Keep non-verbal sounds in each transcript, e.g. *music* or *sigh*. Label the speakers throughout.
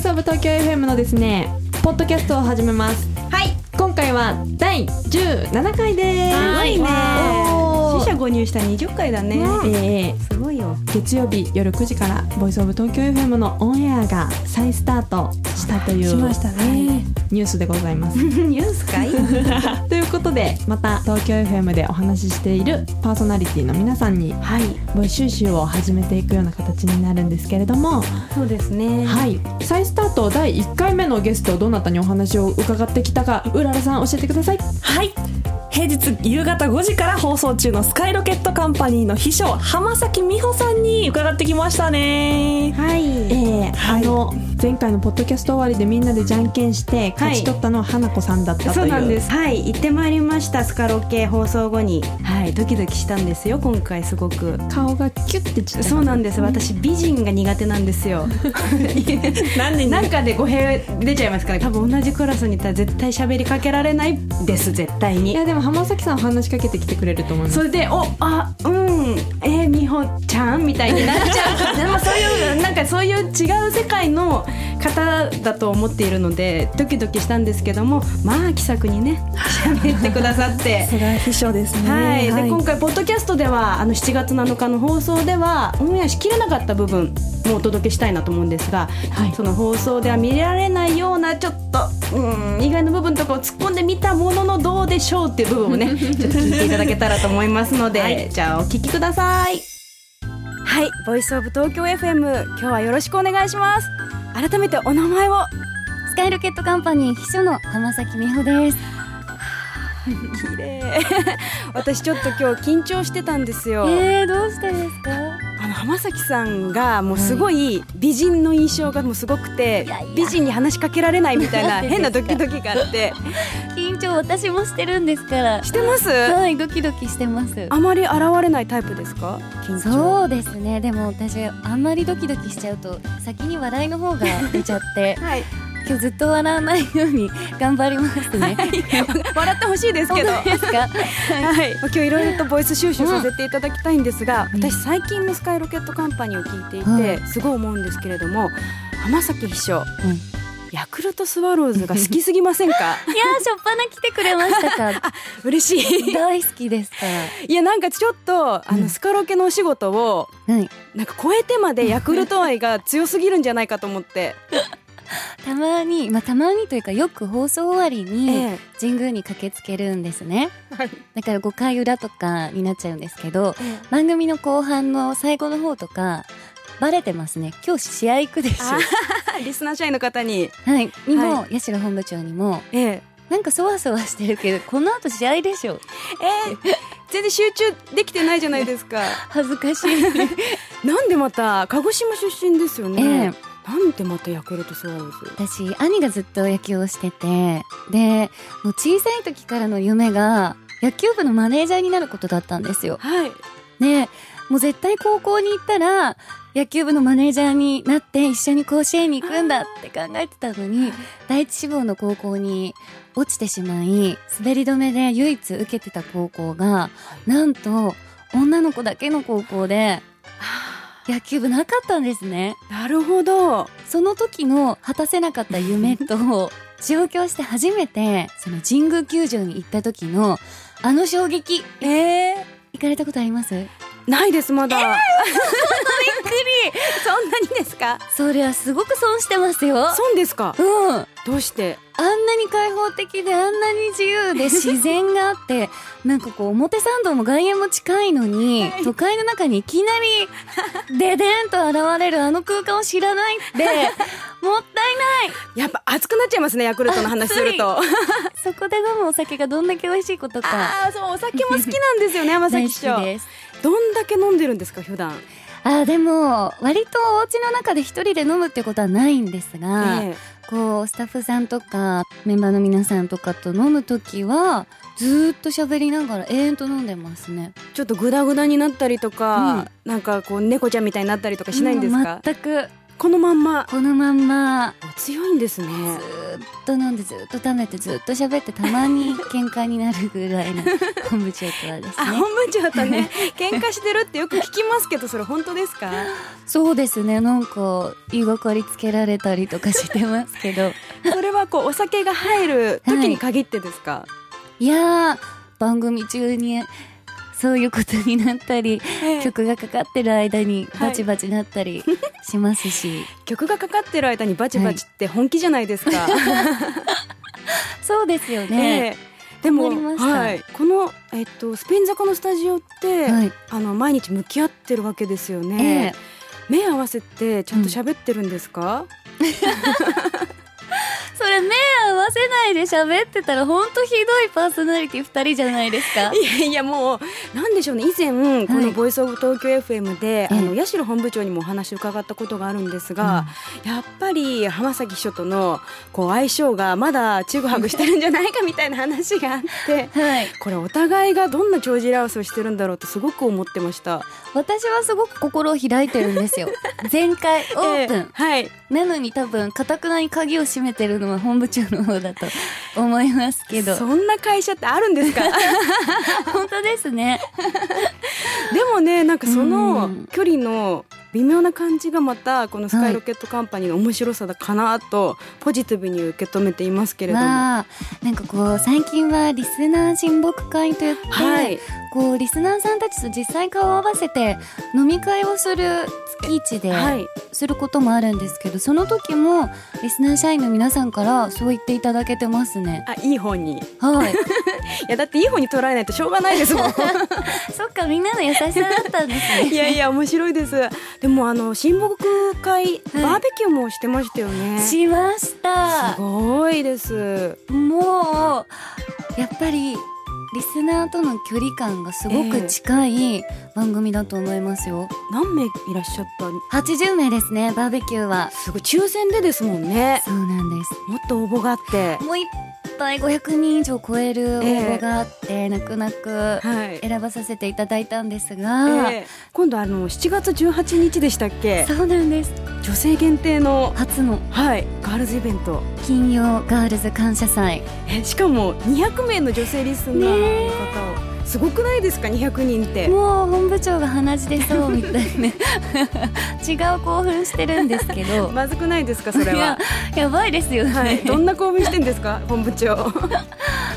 Speaker 1: スオブ東京 FM のですねポッドキャストを始めます
Speaker 2: はい
Speaker 1: 今回は第17回です
Speaker 2: はいね
Speaker 1: おー
Speaker 2: 死者誤入した20回だね、
Speaker 1: え
Speaker 2: すごい *laughs* よ
Speaker 1: ー月曜日夜9時からボイスオブ東京 FM のオンエアが再スタートしたという
Speaker 2: しましたね
Speaker 1: ニュースでございます
Speaker 2: ニュースかい
Speaker 1: ということでまた東京 FM でお話ししているパーソナリティの皆さんに
Speaker 2: はい
Speaker 1: 募集集を始めていくような形になるんですけれども
Speaker 2: そうですね
Speaker 1: はい、再スタート第1回目のゲストどなたにお話を伺ってきたかうららさん教えてください
Speaker 3: はい平日夕方5時から放送中のスカイロケットカンパニーの秘書浜崎美穂さんに伺ってきましたね
Speaker 2: はい
Speaker 1: えー
Speaker 3: はい
Speaker 1: あの前回のポッドキャスト終わりでみんなでじゃんけんして勝ち取ったのは花子さんだったという、
Speaker 2: そうなんですすはい行ってまいりましたスカロケ放送後にはいドキドキしたんですよ今回すごく
Speaker 1: 顔がキュッてちっちゃい
Speaker 2: そうなんです私美人が苦手なんです *laughs* よ
Speaker 3: 何年
Speaker 2: なんかで語弊出ちゃいますから多分同じクラスにいたら絶対喋りかけられないです絶対
Speaker 1: い
Speaker 2: に
Speaker 1: やでも浜崎さん話しかけてきてくれると思います
Speaker 2: それで「おあうんえー、美穂ちゃん?」みたいになっち
Speaker 1: *laughs*
Speaker 2: ゃうでもそういうなんかそういう違う世界の方だと思っているのでドキドキしたんですけどもまあ気さくにね喋ってくださって。
Speaker 3: それは秘書ですね
Speaker 2: はい、で今回ポッドキャストではあの7月7日の放送ではオンエアしきれなかった部分もお届けしたいなと思うんですが、
Speaker 1: はい
Speaker 2: その放送では見られないようなちょっとうん意外な部分とかを突っ込んでみたもののどうでしょうっていう部 *laughs* 分をねちょっと聞いていただけたらと思いますので、じゃあお聞きくださいはいボイスオブ東京 FM 今日はよろしくお願いします改めてお名前を
Speaker 4: スカイロケットカンパニー秘書の浜崎美穂です。
Speaker 2: 綺麗 *laughs* 私ちょっと今日緊張してたんですよ、
Speaker 4: えー、どうしてですか？
Speaker 2: あの浜崎さんがもうすごい美人の印象がもうすごくて、
Speaker 4: いやいや
Speaker 2: 美人に話しかけられないみたいな
Speaker 4: *laughs* なんでです
Speaker 2: 変
Speaker 4: か
Speaker 2: なドキドキがあって
Speaker 4: 緊張私もしてるんですから。
Speaker 2: してます
Speaker 4: はい、ドキドキしてます。
Speaker 2: あまり現れないタイプですか緊張
Speaker 4: そうですね。でも私あんまりドキドキしちゃうと先に笑いの方が出ちゃって
Speaker 2: はい *laughs*
Speaker 4: 今日ずっと笑わないように頑張りますね。
Speaker 2: 笑ってほしいです
Speaker 4: *laughs*
Speaker 2: けど
Speaker 4: 本当 *laughs* ですか？
Speaker 2: はい、今日いろいろ
Speaker 4: *laughs*
Speaker 2: とボイス収集させていただきたいんですが、私最近のスカイロケットカンパニーを聞いていて、
Speaker 4: う
Speaker 2: すごい思うんですけれども浜崎秘書、
Speaker 4: ん
Speaker 2: ヤクルトスワローズが好きすぎません
Speaker 4: *laughs*
Speaker 2: か
Speaker 4: いやー、初っ端来てくれましたか？
Speaker 2: 嬉しい
Speaker 4: 大好きですから。
Speaker 2: いやなんかちょっとあ
Speaker 4: う
Speaker 2: の
Speaker 4: ん
Speaker 2: スカロケのお仕事を
Speaker 4: はい。
Speaker 2: なんか超えてまでヤクルト愛が強すぎるんじゃないかと思って、
Speaker 4: たまに、まあ、たまにというかよく放送終わり
Speaker 2: *laughs*
Speaker 4: に、
Speaker 2: ええ
Speaker 4: 神宮に駆けつけるんですね、
Speaker 2: はい
Speaker 4: だから5回裏とかになっちゃうんですけど番組の後半の最後の方とかバレてますね今日試合行くでしょ
Speaker 2: あ *laughs* リスナー社員の方に、
Speaker 4: はいにも、八代本部長にも
Speaker 2: ええ
Speaker 4: なんかそわそわしてるけどこの後試合でしょ
Speaker 2: ええ全然集中できてないじゃない *laughs* ですか
Speaker 4: 恥ずかしい、ね
Speaker 2: なんでまた鹿児島出身ですよ
Speaker 4: え
Speaker 2: ね、
Speaker 4: え
Speaker 2: なんでまたヤクルトスワローズ
Speaker 4: 私兄がずっと野球をしててでもう小さい時からの夢が野球部のマネージャーになることだったんですよ
Speaker 2: はい
Speaker 4: ねもう絶対高校に行ったら野球部のマネージャーになって一緒に甲子園に行くんだって考えてたのに第一志望の高校に落ちてしまい滑り止めで唯一受けてた高校がなんと女の子だけの高校で野球部なかったんですね
Speaker 2: *sighs* なるほど
Speaker 4: その時の果たせなかった夢と上京して初めてその神宮球場に行った時のあの衝撃
Speaker 2: ええ
Speaker 4: 行かれたことあります
Speaker 2: ないですまだ、 *laughs*
Speaker 4: びっくり
Speaker 2: そんなにですか
Speaker 4: それはすごく損してますよ。
Speaker 2: 損ですか
Speaker 4: うん。あん
Speaker 2: どうして
Speaker 4: なに開放的であんなに自
Speaker 2: *laughs*
Speaker 4: 由で自然があって、なんかこう表参道も外苑も近いのに、都会の中にいきなりででんと現れるあの空間を知らない
Speaker 2: *laughs*
Speaker 4: って、もったいない
Speaker 2: やっぱ熱くなっちゃいますねヤクルトの話すると
Speaker 4: そこで飲むお酒がどんだけ美味しいことか。
Speaker 2: ああそうお酒も好きなんです *laughs* よね浜
Speaker 4: 大
Speaker 2: 崎
Speaker 4: 好
Speaker 2: 師
Speaker 4: き
Speaker 2: 匠
Speaker 4: です。
Speaker 2: どんだけ飲んでるんですか普段
Speaker 4: あーでも、割とお家の中で一人で飲むってことはないんですが、
Speaker 2: ええ
Speaker 4: こうスタッフさんとかメンバーの皆さんとかと飲む時はずーっと喋りながら永遠と飲んでますね
Speaker 2: ちょっとグダグダになったりとか、なんかこう猫ちゃんみたいになったりとかしないんですか、
Speaker 4: 全く
Speaker 2: このまんま
Speaker 4: このまんま
Speaker 2: 強いんですね
Speaker 4: ずーっと飲んでずーっと食べてずーっと喋ってたまに喧嘩になるぐらいの本部長とはです
Speaker 2: *laughs* あ
Speaker 4: ね
Speaker 2: 本部長とね喧嘩してるってよく聞きますけどそれ本当ですか
Speaker 4: そうですねなんか言いがかりつけられたりとかしてます
Speaker 2: *laughs*
Speaker 4: けど
Speaker 2: それはこうお酒が入る時に限ってですか、
Speaker 4: いやー番組中にそういうことになったり
Speaker 2: ええ
Speaker 4: 曲がかかってる間に
Speaker 2: はい
Speaker 4: バチバチなったりしますし、
Speaker 2: 曲がかかってる間にバチバチって本気じゃないですか、
Speaker 4: そうですよね、
Speaker 2: ええでも、
Speaker 4: なりました
Speaker 2: はい、この、えっと、スペイン坂のスタジオって、
Speaker 4: はい
Speaker 2: あの毎日向き合ってるわけですよ
Speaker 4: え
Speaker 2: ね、
Speaker 4: え
Speaker 2: 目合わせてちゃんと喋ってるんですか、
Speaker 4: それ目合わせないで喋ってたらほんとひどいパーソナリティ2人じゃないですか
Speaker 2: いやいやもうなんでしょうね以前こ
Speaker 4: は
Speaker 2: の「
Speaker 4: い
Speaker 2: ボイスオブ東京 FM で」あ
Speaker 4: え
Speaker 2: の八代本部長にもお話伺ったことがあるんです
Speaker 3: *laughs*
Speaker 2: が、やっぱり浜崎秘書とのこう相性がまだちぐはぐしてるんじゃないかみたいな話があって。
Speaker 4: はい
Speaker 2: これお互いがどんな帳尻合わせをしてるんだろうってすごく思ってました。
Speaker 4: 私はすごく心を開いてるん
Speaker 2: *laughs*
Speaker 4: ですよ前回オープン、
Speaker 2: ええはい。
Speaker 4: なのに多分かたくなに鍵を閉めてるのは本部長の方だと思いますけど
Speaker 2: そんな会社ってあるんですか
Speaker 4: 本当ですね
Speaker 2: でもねなんかそうの
Speaker 4: ん
Speaker 2: 距離の微妙な感じがまたこのスカイロケットカンパニーの面白さだかなとポジティブに受け止めていますけれども、
Speaker 4: まあなんかこう最近はリスナー親睦会といって、
Speaker 2: はい
Speaker 4: こうリスナーさんたちと実際顔を合わせて飲み会をする月一で、
Speaker 2: はい
Speaker 4: することもあるんですけどその時もリスナー社員の皆さんからそう言っていただけてますね
Speaker 2: あいい方にい
Speaker 4: はい
Speaker 2: やだっていい方に捉えないとしょうがないですもん
Speaker 4: *laughs* そっかみんなの優しさだったんですね
Speaker 2: いやいや面白いですでもあの親睦会バーベキューもしてましたよね、す
Speaker 4: *laughs* しました
Speaker 2: ごいです
Speaker 4: もうやっぱりリスナーとの距離感がすごく近い番組だと思いますよ、
Speaker 2: 何名いらっしゃった
Speaker 4: 80名ですねバーベキューは
Speaker 2: すごい抽選でですもんね
Speaker 4: そうなんです
Speaker 2: もっと応募があって
Speaker 4: もういっぱい500人以上超える応募があって、泣く泣く
Speaker 2: はい
Speaker 4: 選ばさせていただいたんです
Speaker 2: え
Speaker 4: が、
Speaker 2: え今度あの7月18日でしたっけ
Speaker 4: そうなんです
Speaker 2: 女性限定の
Speaker 4: 初の
Speaker 2: はいガールズイベント
Speaker 4: 金曜ガールズ感謝祭
Speaker 2: えしかも200名の女性リスナーの方を、すごくないですか200人って
Speaker 4: もう本部長が鼻血出そうみ
Speaker 2: *laughs*
Speaker 4: たいな違う興奮してるんですけど
Speaker 2: まずくないですかそれ
Speaker 4: い
Speaker 2: は
Speaker 4: ややばいですよね、 *laughs*
Speaker 2: はいどんな興奮してんですか本部長は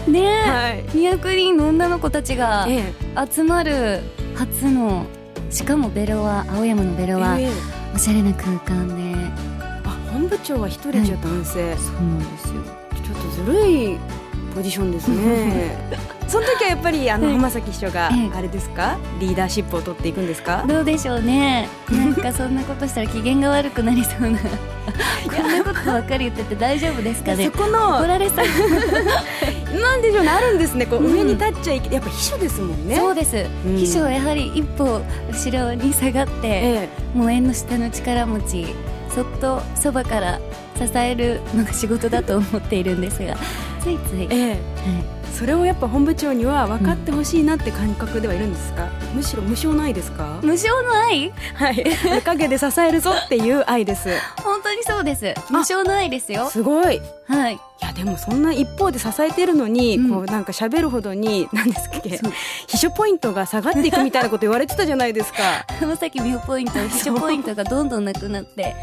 Speaker 4: ねえ、
Speaker 2: い
Speaker 4: 200人の女の子たちが
Speaker 2: ええ
Speaker 4: 集まる初のしかもベロは青山のベロは
Speaker 2: ええ
Speaker 4: おしゃれな空間で
Speaker 2: あ本部長は一人じゃ男性、
Speaker 4: そうなんですよ
Speaker 2: ちょっとずるいポジションです
Speaker 4: *laughs*
Speaker 2: ねその時はやっぱりあの
Speaker 4: はい
Speaker 2: 浜崎秘書が
Speaker 4: ええ
Speaker 2: あれですかリーダーシップを取っていくんですか
Speaker 4: どうでしょうねなんかそんなことしたら機嫌が悪くな
Speaker 2: *laughs*
Speaker 4: りそうなこんなことばっかり言ってて大丈夫ですか
Speaker 2: そ
Speaker 4: ね
Speaker 2: この
Speaker 4: 怒られそう
Speaker 2: なんでしょうねあるんですねこう
Speaker 4: うん
Speaker 2: 上に立っちゃいけやっぱ秘書ですもんね
Speaker 4: そうです、
Speaker 2: ん
Speaker 4: 秘書はやはり一歩後ろに下がって、
Speaker 2: え
Speaker 4: もう縁の下の力持ちそっとそばから支えるのが仕事だと思っているんですがついつい、
Speaker 2: えええ
Speaker 4: はい
Speaker 2: それをやっぱ本部長には分かってほしいなって感覚ではいるんですか、むしろ無償の愛ですか
Speaker 4: 無償の愛
Speaker 2: *laughs* はいおかげで支えるぞっていう愛です
Speaker 4: 本当にそうです無償の愛ですよ
Speaker 2: すごいい
Speaker 4: はい
Speaker 2: やでもそんな一方で支えてるのに、
Speaker 4: うん
Speaker 2: こうなんか喋るほどに *laughs* 何ですっけ
Speaker 4: そう
Speaker 2: 秘書ポイントが下がっていくみたいなこと言われてたじゃないですか
Speaker 4: 浜崎美穂ポイント秘書ポイントがどんどんなくなって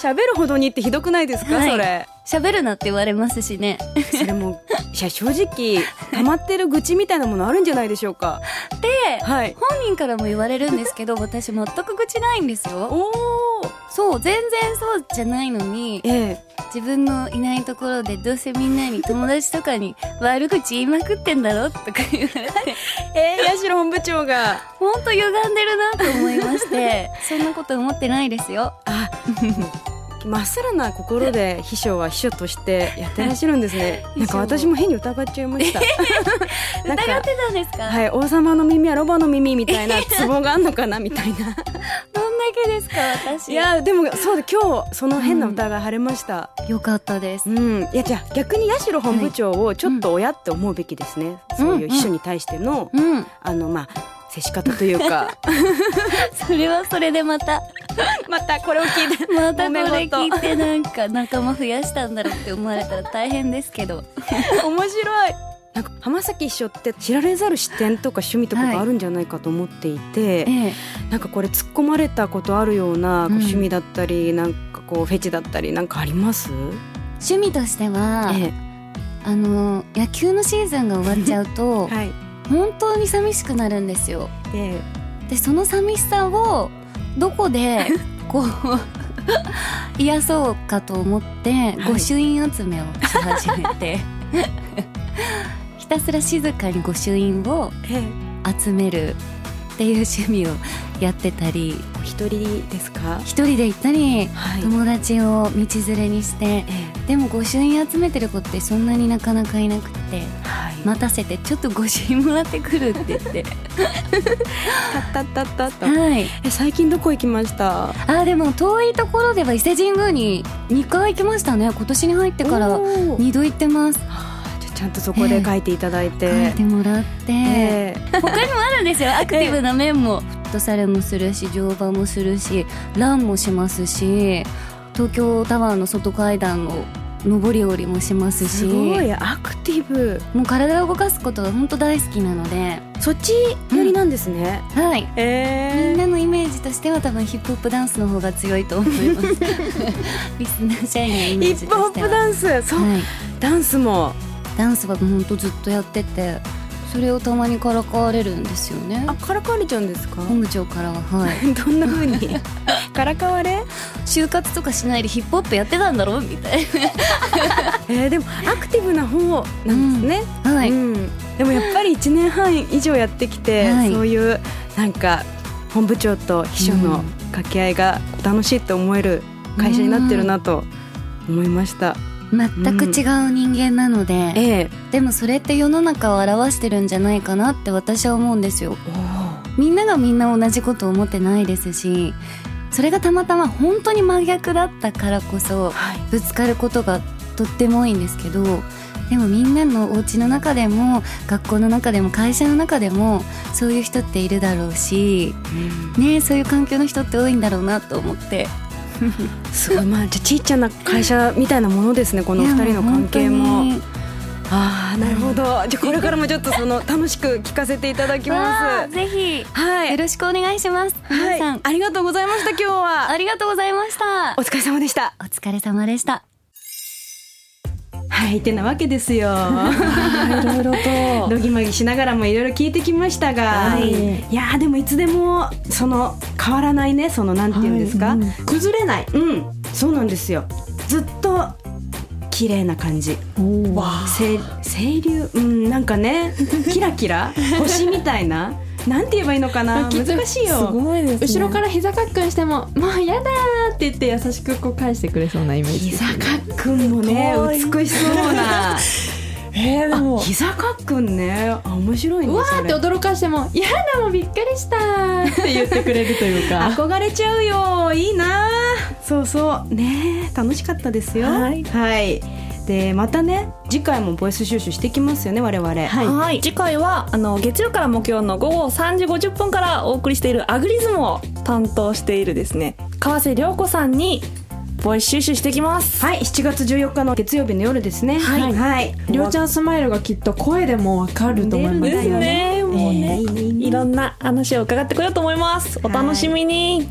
Speaker 2: 喋るほどにってひどくないですか、
Speaker 4: はい
Speaker 2: それ
Speaker 4: 喋るなって言われますしね
Speaker 2: それもいや正直溜まってる愚痴みたいなものあるんじゃないでしょうか
Speaker 4: で
Speaker 2: はい
Speaker 4: 本人からも言われるんですけど私全く愚痴ないんですよ
Speaker 2: おお
Speaker 4: そう全然そうじゃないのに
Speaker 2: ええ
Speaker 4: 自分のいないところでどうせみんなに友達とかに悪口言いまくってんだろとか言わ *laughs* れて
Speaker 2: ええ八代本部長が
Speaker 4: ほんと歪んでるなと思いまして *laughs* そんなこと思ってないですよ
Speaker 2: あ、まっさらな心で秘書は秘書としてやってらっしゃるんです *laughs* ね。
Speaker 4: 秘書
Speaker 2: なんか私も変に疑っちゃいま *laughs* した。
Speaker 4: 疑
Speaker 2: な
Speaker 4: っ
Speaker 2: んか
Speaker 4: てたんですか、
Speaker 2: はい、王様の耳はロバの耳みたいなツボがあんのかなみたい *laughs* な。
Speaker 4: どんだけですか私
Speaker 2: いやでもそうだ今日その変な歌が晴れました。
Speaker 4: よかったです
Speaker 2: うん、いやじゃあ逆に八代本部長をちょっと親って思うべきですね。そういう秘書に対しての、
Speaker 4: うん
Speaker 2: あのまあ接し方というか。
Speaker 4: それはそれでまた
Speaker 2: *laughs* またこれを聞いて
Speaker 4: また
Speaker 2: 揉
Speaker 4: こ
Speaker 2: め
Speaker 4: れ
Speaker 2: 事
Speaker 4: 聞いてなんか仲間増やしたんだろうって思われたら大変ですけど
Speaker 2: *laughs* 面白いなんか浜崎秘書って知られざる視点とか趣味とかがあるんじゃないかと思っていて、
Speaker 4: *laughs* ええ
Speaker 2: なんかこれ突っ込まれたことあるようなこう
Speaker 4: うん
Speaker 2: 趣味だったり、なんかこうフェチだったりなんかあります、
Speaker 4: 趣味としては、
Speaker 2: え
Speaker 4: あの野球のシーズンが終わっちゃう *laughs*
Speaker 2: え
Speaker 4: と、
Speaker 2: はい
Speaker 4: 本当に寂しくなるんですよ
Speaker 2: え
Speaker 4: でその寂しさをどこで
Speaker 2: *laughs*
Speaker 4: こう癒そうかと思って
Speaker 2: い
Speaker 4: 御朱印集めをし始めて *laughs* ひたすら静かに御朱印を
Speaker 2: ええ
Speaker 4: 集めるっていう趣味をやってたり
Speaker 2: お一人ですか
Speaker 4: 一人で行ったり
Speaker 2: はい
Speaker 4: 友達を道連れにして
Speaker 2: ええ
Speaker 4: でも御朱印集めてる子ってそんなになかなかいなくて
Speaker 2: はい
Speaker 4: 待たせてちょっと御朱印もらってくるって言って
Speaker 2: *laughs* たったったったった
Speaker 4: はい
Speaker 2: え最近どこ行きました
Speaker 4: あーでも遠いところでは伊勢神宮に2回行きましたね今年に入ってから
Speaker 2: おー
Speaker 4: 2度行ってます
Speaker 2: あじゃあちゃんとそこで書いていただいて、
Speaker 4: 書いてもらって、
Speaker 2: ええ
Speaker 4: 他にもあるんですよアクティブな面も、フットサルもするし乗馬もするしランもしますし東京タワーの外階段の上り下りもしますし
Speaker 2: すごいアクティブ
Speaker 4: もう体を動かすことが本当大好きなので
Speaker 2: そっち寄りなんですね、
Speaker 4: はいみ
Speaker 2: え
Speaker 4: んなのイメージとしては多分ヒップホップダンスの方が強いと思います
Speaker 2: *laughs*
Speaker 4: リスナー社員のイメ
Speaker 2: ヒ
Speaker 4: ージ
Speaker 2: ッ
Speaker 4: と
Speaker 2: プホ
Speaker 4: し
Speaker 2: ッ
Speaker 4: て
Speaker 2: プ
Speaker 4: は
Speaker 2: ダンスそう、
Speaker 4: はい
Speaker 2: ダンスも
Speaker 4: ダンスは本当ずっとやっててそれをたまにからかわれるんですよね
Speaker 2: あからかわれちゃうんですか
Speaker 4: 本部長からはは
Speaker 2: *laughs*
Speaker 4: い
Speaker 2: どんな風にからかわれ
Speaker 4: *laughs* 就活とかしないでヒップホップやってたんだろうみたい
Speaker 2: えー、でもアクティブな方なんですね、
Speaker 4: なはい、
Speaker 2: うんでもやっぱり1年半以上やってきて、
Speaker 4: はい
Speaker 2: そういうなんか本部長と秘書の掛け合いが楽しいと思える会社になってるなと思いました、
Speaker 4: 全く違う人間なので、
Speaker 2: ええ
Speaker 4: でもそれって世の中を表してるんじゃないかなって私は思うんです
Speaker 2: お
Speaker 4: よ
Speaker 2: ー
Speaker 4: みんながみんな同じこと思ってないですしそれがたまたま本当に真逆だったからこそ
Speaker 2: はい
Speaker 4: ぶつかることがとっても多いんですけどでもみんなのお家の中でも学校の中でも会社の中でもそういう人っているだろうし、ね、そういう環境の人って多いんだろうなと思って
Speaker 2: すごいまあじゃあちっちゃな会社みたいなものですねこのお二人の関係も
Speaker 4: いやう本
Speaker 2: ああなるほどじゃあこれからもちょっとその楽しく聞かせていただき
Speaker 4: 当にわ
Speaker 2: ま
Speaker 4: あ
Speaker 2: す
Speaker 4: ぜひ
Speaker 2: はい
Speaker 4: よろしくお願いします
Speaker 2: は
Speaker 4: 皆さん、
Speaker 2: いありがとうございました今日は
Speaker 4: ありがとうございました
Speaker 2: お疲れ様でした
Speaker 4: お疲れ様でした
Speaker 2: はいてなわけですよ
Speaker 1: いろい
Speaker 3: *laughs*
Speaker 1: ろと
Speaker 2: *laughs* どぎまぎしながらもいろいろ聞いてきましたが、
Speaker 1: はい
Speaker 2: い、やーでもいつでもその変わらないねそのなんていうんですか、
Speaker 1: はいうん崩れない
Speaker 2: うん、そうなんですよ。ずっと綺麗な感じ。
Speaker 1: わ
Speaker 2: 清清流、うん、なんか *laughs* ね、キラキラ、星みたいな。なんて言えばいいのかな、
Speaker 1: きっと
Speaker 2: 難しいよ。
Speaker 3: ごいですね
Speaker 1: 後ろから膝かっくんしても「もうやだ!」って言って優しくこう返してくれそうなイメージ
Speaker 2: 膝かっくんもね
Speaker 3: 可愛い
Speaker 2: 美しそうな *laughs*
Speaker 3: えー、でも
Speaker 2: 膝かっくんねあ面白いね
Speaker 1: うわ
Speaker 2: そ
Speaker 1: ーっ
Speaker 2: れ
Speaker 1: て驚かしても「やだもうびっくりした!」って言ってくれるというか
Speaker 2: 憧れちゃうよいいなそうそうね楽しかったですよ
Speaker 3: はい
Speaker 2: はいでまたね次回もボイス収集してきますよね我々はい
Speaker 3: はい、次回はあの月曜から木曜の午後3時50分からお送りしているアグリズムを担当しているですね川瀬涼子さんにボイス収集してきます
Speaker 2: はい、7月14日の月曜日の夜ですね。
Speaker 1: はい
Speaker 2: はい、
Speaker 1: りょうちゃんスマイルがきっと声でもわかると思います
Speaker 2: 出るんだよ
Speaker 3: ねもうね
Speaker 2: いいねいいね
Speaker 3: いろんな話を伺ってこようと思いますお楽しみに